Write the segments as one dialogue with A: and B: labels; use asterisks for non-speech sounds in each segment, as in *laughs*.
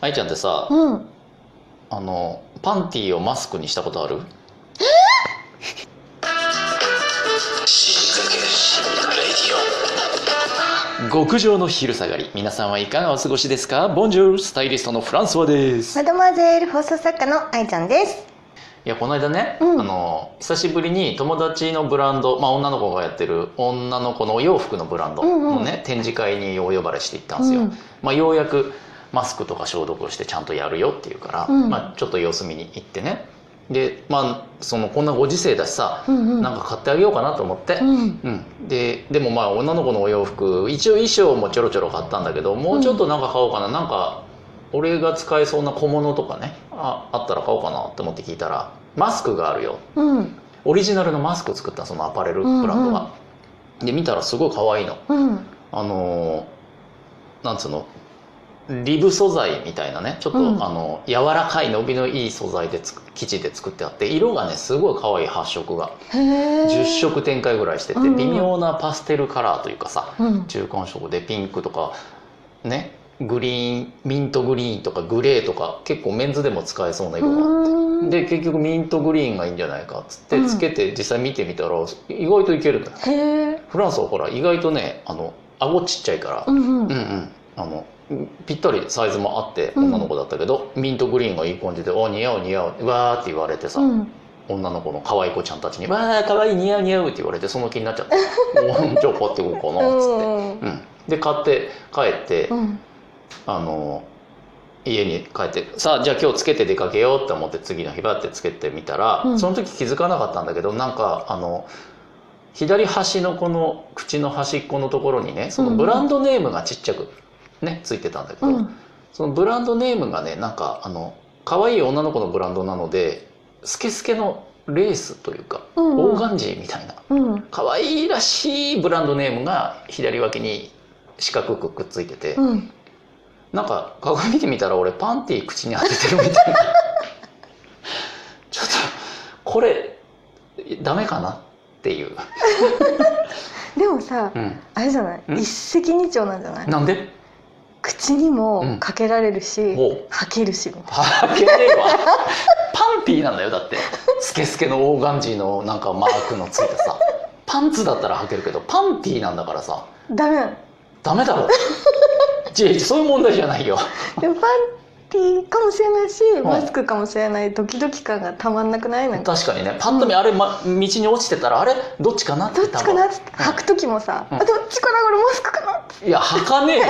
A: 愛ちゃんってさ、
B: うん
A: あのパンティーをマスクにしたことある極上の昼下がり皆さんはいかがお過ごしですかボンジュールスタイリストのフランソワです
B: マドマゼール放送作家の愛ちゃんです
A: いやこの間ね、
B: うん
A: あの久しぶりに友達のブランド、まあ、女の子がやってる女の子のお洋服のブランドのね、
B: うん
A: 展示会にお呼ばれして行ったんですよ、
B: うん
A: まあ、ようやくマスクとか消毒をしてちゃんとやるよっていうから、
B: うん
A: まあ、ちょっと様子見に行ってねでまあそのこんなご時世だしさ、
B: うんうん
A: なんか買ってあげようかなと思って、
B: うん
A: うんででもまあ女の子のお洋服一応衣装もちょろちょろ買ったんだけどもうちょっとなんか買おうかな、なんか俺が使えそうな小物とかねああったら買おうかなって思って聞いたらマスクがあるよ
B: うん
A: オリジナルのマスク作ったそのアパレルブランドが、で見たらすごい可愛いの
B: うん
A: あのーなんつうのリブ素材みたいなねちょっと、
B: うん
A: あの柔らかい伸びのいい素材でつく生地で作ってあって色がねすごい可愛い発色が
B: へえ
A: 10色展開ぐらいしてて、
B: うんうん
A: 微妙なパステルカラーというかさ
B: うん
A: 中間色でピンクとかねグリーンミントグリーンとかグレーとか結構メンズでも使えそうな色が、
B: うん
A: で結局ミントグリーンがいいんじゃないかっつって
B: うん
A: つけて実際見てみたら意外といけるんだよ
B: へえ
A: フランスはほら意外とねあの顎ちっちゃいから
B: う、んうん
A: うんうんあのぴったりサイズもあって
B: うん
A: 女の子だったけど、ミントグリーンがいい感じで「お似合う似合う」わーって言われてさ、
B: うん
A: 女の子の可愛い子ちゃんたちに「わあ可愛い似合う似合う」って言われてその気になっちゃって
B: *laughs*
A: 「もうじゃあ買っていこうかな」っつって、うん、で買って帰って、
B: うん
A: あの家に帰ってさあじゃあ今日つけて出かけようって思って次の日バってつけてみたら、
B: うん
A: その時気づかなかったんだけどなんかあの左端のこの口の端っこのところにねそのブランドネームがちっちゃく、ね、ついてたんだけど、
B: うん
A: そのブランドネームがねなんかあの可愛い女の子のブランドなのでスケスケのレースというか、
B: うんうん
A: オーガンジーみたいな
B: うん
A: 可愛いらしいブランドネームが左脇に四角くくっついてて、
B: うん
A: なんか鏡見てみたら俺パンティー口に当ててるみたいな *laughs* ちょっとこれダメかなっていう、
B: でもさ
A: うん、
B: あれじゃない
A: うん
B: 一石二鳥なんじゃない
A: なんで
B: 口に
A: う
B: も
A: ん
B: かけられるし
A: もう
B: 吐けるしみたいな
A: はけねえわパンティーなんだよだってスケスケのオーガンジーのなんかマークのついたさパンツだったらはけるけどパンティーなんだからさ
B: ダメなの
A: ダメだ
B: *laughs*
A: ろ違う違うそういう問題じゃないよ
B: でもパンティーかもしれないし
A: ん
B: マスクかもしれないドキドキ感がたまんなくないなんか
A: 確かにねパッと見あれ、ま、道に落ちてたらあれどっちかなって
B: どっちかなっ
A: 多
B: て履く時もさ、
A: うん
B: あどっちかなこれマスクかなって
A: 分いや履かねえよ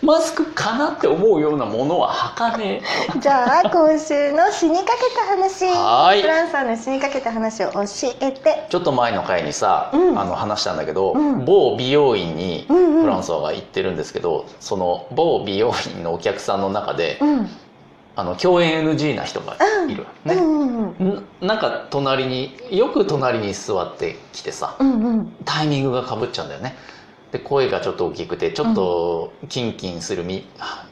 A: マスクかなって思うようなものは履かね
B: じゃあ今週の死にかけた話
A: はーい
B: フランさんの死にかけた話を教えて
A: えちょっと前の回にさ、
B: うん
A: あの話したんだけど、
B: うん
A: 某美容院に
B: うんうん
A: フランソワが行ってるんですけど、その某美容院のお客さんの中で、
B: うん
A: あの共演 NG な人がいる、
B: う
A: ね、
B: んうん
A: んなんか隣によく隣に座ってきてさ、
B: うんうん
A: タイミングがかぶっちゃうんだよねで声がちょっと大きくてちょっとキンキンするみ、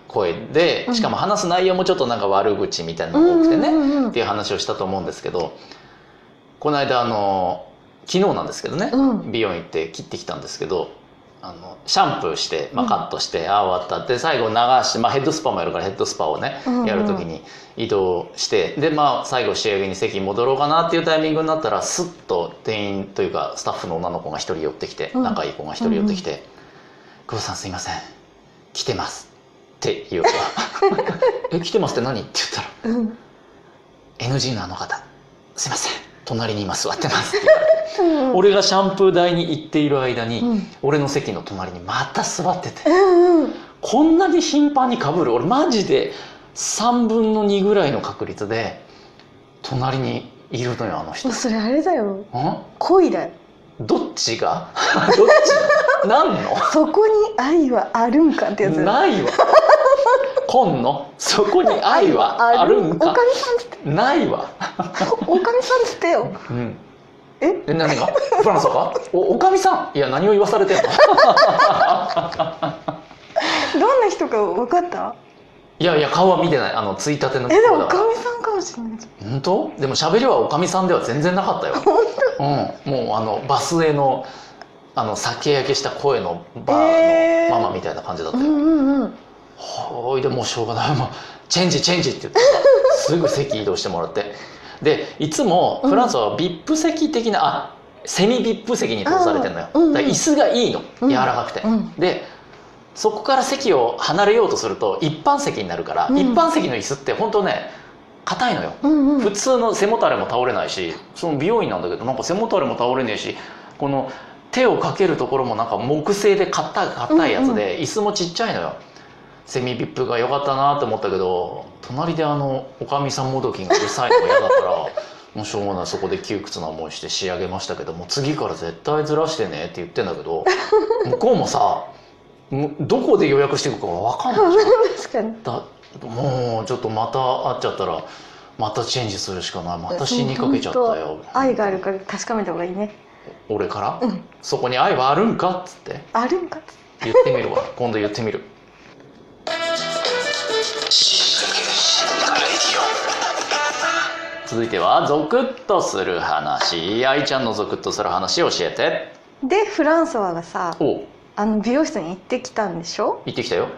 A: 声で
B: うん
A: しかも話す内容もちょっとなんか悪口みたいなのが多くてね、
B: うんうんうんうん
A: っていう話をしたと思うんですけどこの間あの昨日なんですけどね、
B: うん
A: 美容院行って切ってきたんですけどあのシャンプーして、まあ、カットして、ああ終わったで最後流して、まあ、ヘッドスパもやるからヘッドスパをね、
B: うんうん
A: やる時に移動してでまあ最後仕上げに席に戻ろうかなっていうタイミングになったらスッと店員というかスタッフの女の子が一人寄ってきて、
B: うん
A: 仲いい子が一人寄ってきて「久保さんすいません来てます」って言うから
B: *laughs*
A: 「え来てますって何?」って言ったら
B: うん
A: 「NG のあの方すいません隣に今
B: *laughs*
A: 座ってます」って言われて
B: うん
A: 俺がシャンプー台に行っている間に、
B: うん
A: 俺の席の隣にまた座ってて
B: うんうん
A: こんなに頻繁にかぶる俺マジで3分の2ぐらいの確率で隣にいるのよあの人
B: *laughs* もうそれあれだよ
A: ん
B: 恋だよ
A: どっちが *laughs* どっちなんの
B: そこに愛はあるんかってやつ
A: ないわこんのそこに愛はあるん
B: お
A: か
B: かみさんつって
A: ないわ、
B: おかみさんつってよ
A: うん、
B: え
A: え何がフランスかおおかみさんいや何を言わされてんの *laughs*
B: どんな人か分かった
A: いやいや顔は見てないあのついたての
B: えで
A: 顔
B: も
A: だ
B: お
A: か
B: からみさんかもしれない
A: 本当でも喋りはおかみさんでは全然なかったよ
B: 本
A: うん、もうあのバスへのあの酒焼けした声のバーの
B: えー
A: ママみたいな感じだっ
B: う
A: たよ、
B: んうんうん
A: ほいでもうしょうがない *laughs* もうチェンジチェンジって
B: *laughs*
A: 言ってすぐ席移動してもらってでいつもフランスは VIP 席的な、あセミ VIP 席に通されてるのよ、
B: あーうんうん
A: だから椅子がいいの
B: うん
A: 柔らかくて、
B: うん
A: でそこから席を離れようとすると一般席になるから、
B: うん
A: 一般席の椅子って本当ね硬いのよ
B: うんうん
A: 普通の背もたれも倒れないしその美容院なんだけどなんか背もたれも倒れねえしこの手をかけるところもなんか木製で硬い硬いやつで、椅子もちっちゃいのよセミビップが良かったなと思ったけど隣であのおかみさんもどきがうるさいのが嫌だから *laughs* もうしょうがないそこで窮屈な思いして仕上げましたけどもう次から絶対ずらしてねって言ってんだけど向こうもさむどこで予約していくか分かんないじゃん
B: 確かに
A: だもうちょっとまた会っちゃったらまたチェンジするしかないまた死にかけちゃったよ
B: 愛があるから確かめた方がいいね
A: 俺から、
B: うん
A: そこに愛はあるんかっつって
B: あるんか
A: 言ってみる
B: *laughs*
A: わ今度言ってみる続いてはゾクッとする話愛ちゃんのゾクッとする話教えて
B: でフランソワがさ
A: お
B: あの美容室に行ってきたんでしょ
A: 行ってきたよ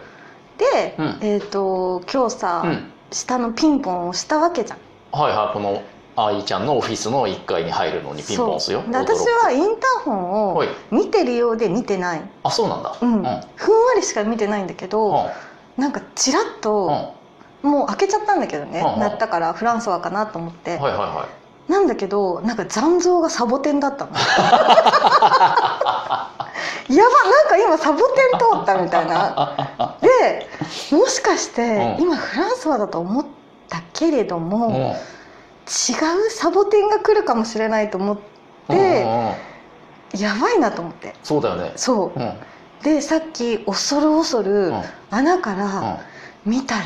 B: で、
A: うん
B: えっ、と今日さ、
A: うん
B: 下のピンポンを押したわけじゃん
A: はいはいこの愛ちゃんのオフィスの1階に入るのにピンポン押すよ
B: そうで私はインターホン
A: はい
B: を見てるようで見てない、
A: あそうなんだ
B: うん
A: うん
B: ふんわりしか見てないんだけど、なんかちらっ
A: うんうん
B: と、
A: は
B: もう開けちゃったんだけどね、
A: うんうん
B: なったからフランソワかなと思って、
A: いはいはい
B: なんだけどなんか残像がサボテンだったの *laughs* やばなんか今サボテン通ったみたいなでもしかして、
A: うん
B: 今フランソワだと思ったけれども、違う
A: うん
B: サボテンが来るかもしれないと思っ
A: う
B: て、
A: んうんうん
B: やばいなと思って
A: そうだよね
B: そ
A: う
B: う
A: んうん
B: でさっき恐る恐る
A: うん
B: 穴から
A: う
B: 見た
A: ん
B: ら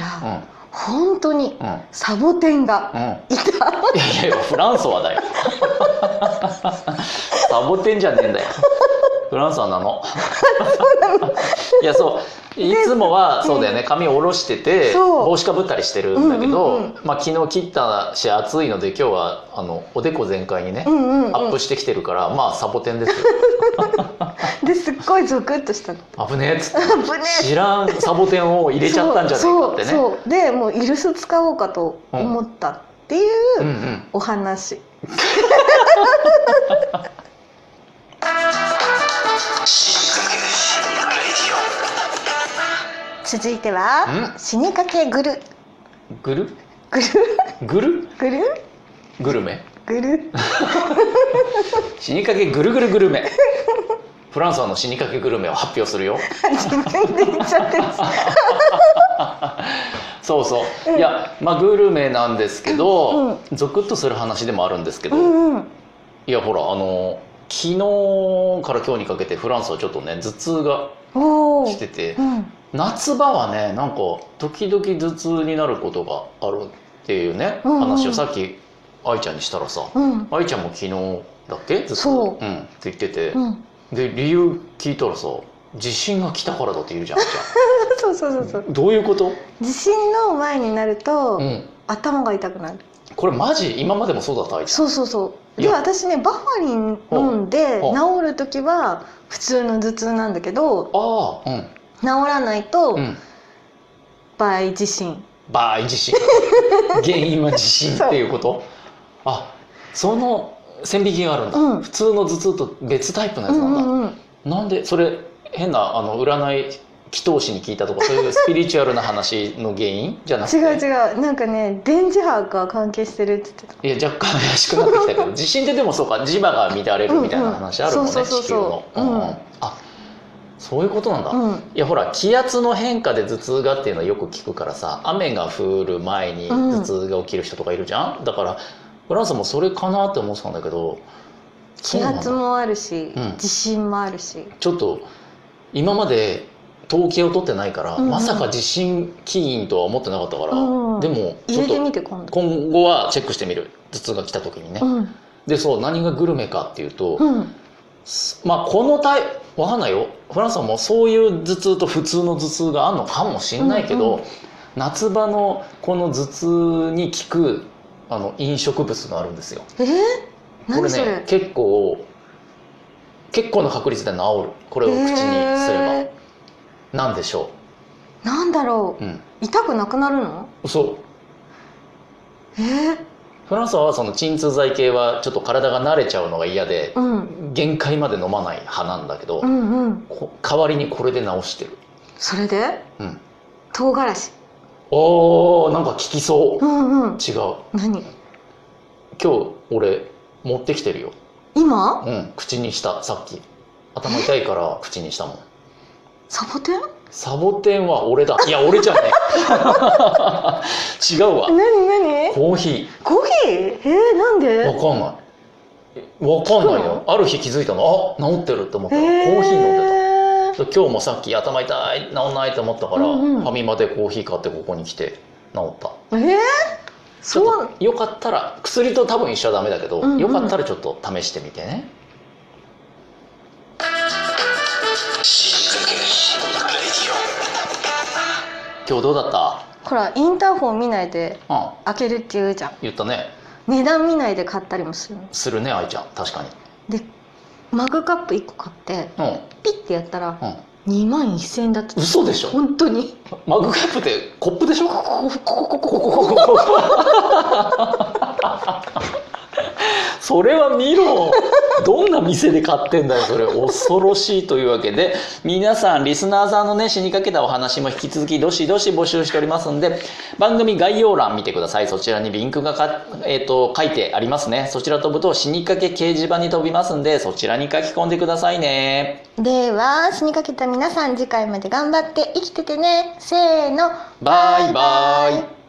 B: 本当に
A: うん
B: サボテンが
A: うん
B: いた
A: いやいやいやフランソワだよサボテンじゃねえんだよフランソワなのいやそういつもはそうだよね髪を下ろしてて
B: そう
A: 帽子かぶったりしてるんだけど、
B: うんうん
A: まあ、昨日切ったし暑いので今日はあのおでこ全開にね、
B: うんうん、
A: アッ
B: う
A: プしてきてるからまあサボテンですよ
B: ん、ですっごいゾクッとしたの
A: 危ねえっつって
B: 危ねえ
A: 知らんサボテンを入れちゃったんじゃないかってね
B: そうそうでもうイルス使おうかと思ったっていううん
A: うん *laughs*
B: お話、続いては
A: うん
B: 死にかけぐる
A: グル
B: ぐる
A: グル
B: ぐる
A: グルメ
B: ぐる
A: 死にかけぐるぐるグルメフランスはの死にかけグルメを発表するよ
B: 自分で言っちゃってる
A: そうそう、いやまあグルメなんですけど、ゾクッとする話でもあるんですけど、
B: うんうん
A: いやほらあの昨日から今日にかけてフランスはちょっとね頭痛が
B: おお
A: してて
B: うん
A: 夏場はねなんか時々頭痛になることがあるっていうね、
B: うんうん
A: 話をさっき愛ちゃんにしたらさ、
B: うん
A: 愛ちゃんも昨日だっけ頭痛、
B: そうん
A: って言ってて、
B: うん
A: で理由聞いたらさ地震が来たからだって言うじゃん愛ちゃん
B: そうそうそう *laughs* そう
A: どういうこと、
B: 地震の前になると、
A: うん、
B: 頭が痛くなる
A: これマジ今までもそうだったあいちゃん
B: そうそうそう
A: い
B: で
A: や
B: 私ねバファリン飲んで
A: ほう
B: 治る時は普通の頭痛なんだけど
A: ああ
B: 治らない
A: う
B: と
A: んうん
B: 倍自身
A: バーイ地
B: *laughs*
A: 震原因は地震っていうことあその線引きがあるんだ、
B: うん
A: 普通の頭痛と別タイプのや
B: う
A: つなんん
B: う
A: だ、
B: んうん
A: なんでそれ変なあの占い祈祷師に聞いたとかそういうスピリチュアルな話の原因じゃなく
B: 違
A: て
B: う違うなんかね電磁波が関係してるって言ってた
A: いや若干怪しくなってきたけ
B: *laughs*
A: ど地震ってでもそうか磁場が乱れるみたいな話あるもんね
B: うんうんそうそうそう
A: 地球の、
B: そううん
A: あそういうことなんだ、
B: うん
A: いやほら気圧の変化で頭痛がっていうのはよく聞くからさ雨が降る前に
B: うん
A: 頭痛が起きる人とかいるじゃん、だからフランスもそれかなって思ってたんだけどそう
B: 気
A: なんだ
B: 圧もあるし、
A: うん
B: 地震もあるし
A: ちょっと今まで統計を取ってないから、
B: うんうん
A: まさか地震起因とは思ってなかったから、
B: うんうん
A: でもち
B: 入
A: ょ
B: れ
A: って
B: み
A: と
B: て今度
A: 今後はチェックしてみる頭痛が来た時にね、
B: うん
A: でそう何がグルメかっていうと、
B: うん
A: まあこのタイわかんないよフランスはもうそういう頭痛と普通の頭痛があるのかもしれないけど、
B: うんう
A: 夏場のこの頭痛に効くあの飲食物があるんですよ。
B: えー、
A: こ
B: 何
A: れ
B: それ
A: ね結構結構な確率で治るこれを口にすれば、
B: え
A: なんでしょ
B: なんだろ
A: うん、
B: う痛くなくなるの
A: そう
B: えー、
A: フランスはその鎮痛剤系はちょっと体が慣れちゃうのが嫌で
B: うん
A: 限界まで飲まない派なんだけど、
B: うんうん
A: こ代わりにこれで治してる、
B: それで
A: うん、
B: 唐辛子
A: おーなんか効きそう
B: う、んうん
A: 違う
B: 何
A: 今日俺持ってきてるよ
B: 今
A: うん口にしたさっき頭痛いから口にしたもん
B: サボテン
A: サボテンは俺だいや俺じゃねえ違うわ
B: 何何
A: コーヒ
B: コーヒーえー、なん
A: ー
B: で
A: わかんないえわかんない
B: そうな
A: よある日気づいたのあ治ってるって思ったら
B: え
A: コーヒー飲んでた
B: で
A: で今日もさっき頭痛い治んないと思ったから、
B: うんうん
A: ファミマでコーヒー買ってここに来て治った
B: たえー、
A: ちょ
B: そう
A: っとよかったら薬と多分一緒はダメだけど、
B: うんうん
A: よかったらちょっと試してみてね今日どうだった
B: ほらインターホン見ないで
A: うん
B: 開けるって言うじゃん
A: 言ったね
B: 値段見ないで買ったりもするの
A: するね愛ちゃん確かに
B: でマグカップ1個買って
A: うん
B: ピッてやったら
A: うん
B: 2万1000円だった
A: 嘘でしょ
B: 本当に
A: マグカップってコップでしょそれは見ろどんな店で買ってんだよそれ恐ろしいというわけで皆さんリスナーさんのね死にかけたお話も引き続きどしどし募集しておりますんで番組概要欄見てくださいそちらにリンクがか、えー、と書いてありますねそちら飛ぶと死にかけ掲示板に飛びますんでそちらに書き込んでくださいね
B: では死にかけた皆さん次回まで頑張って生きててねせーの
A: バイバイ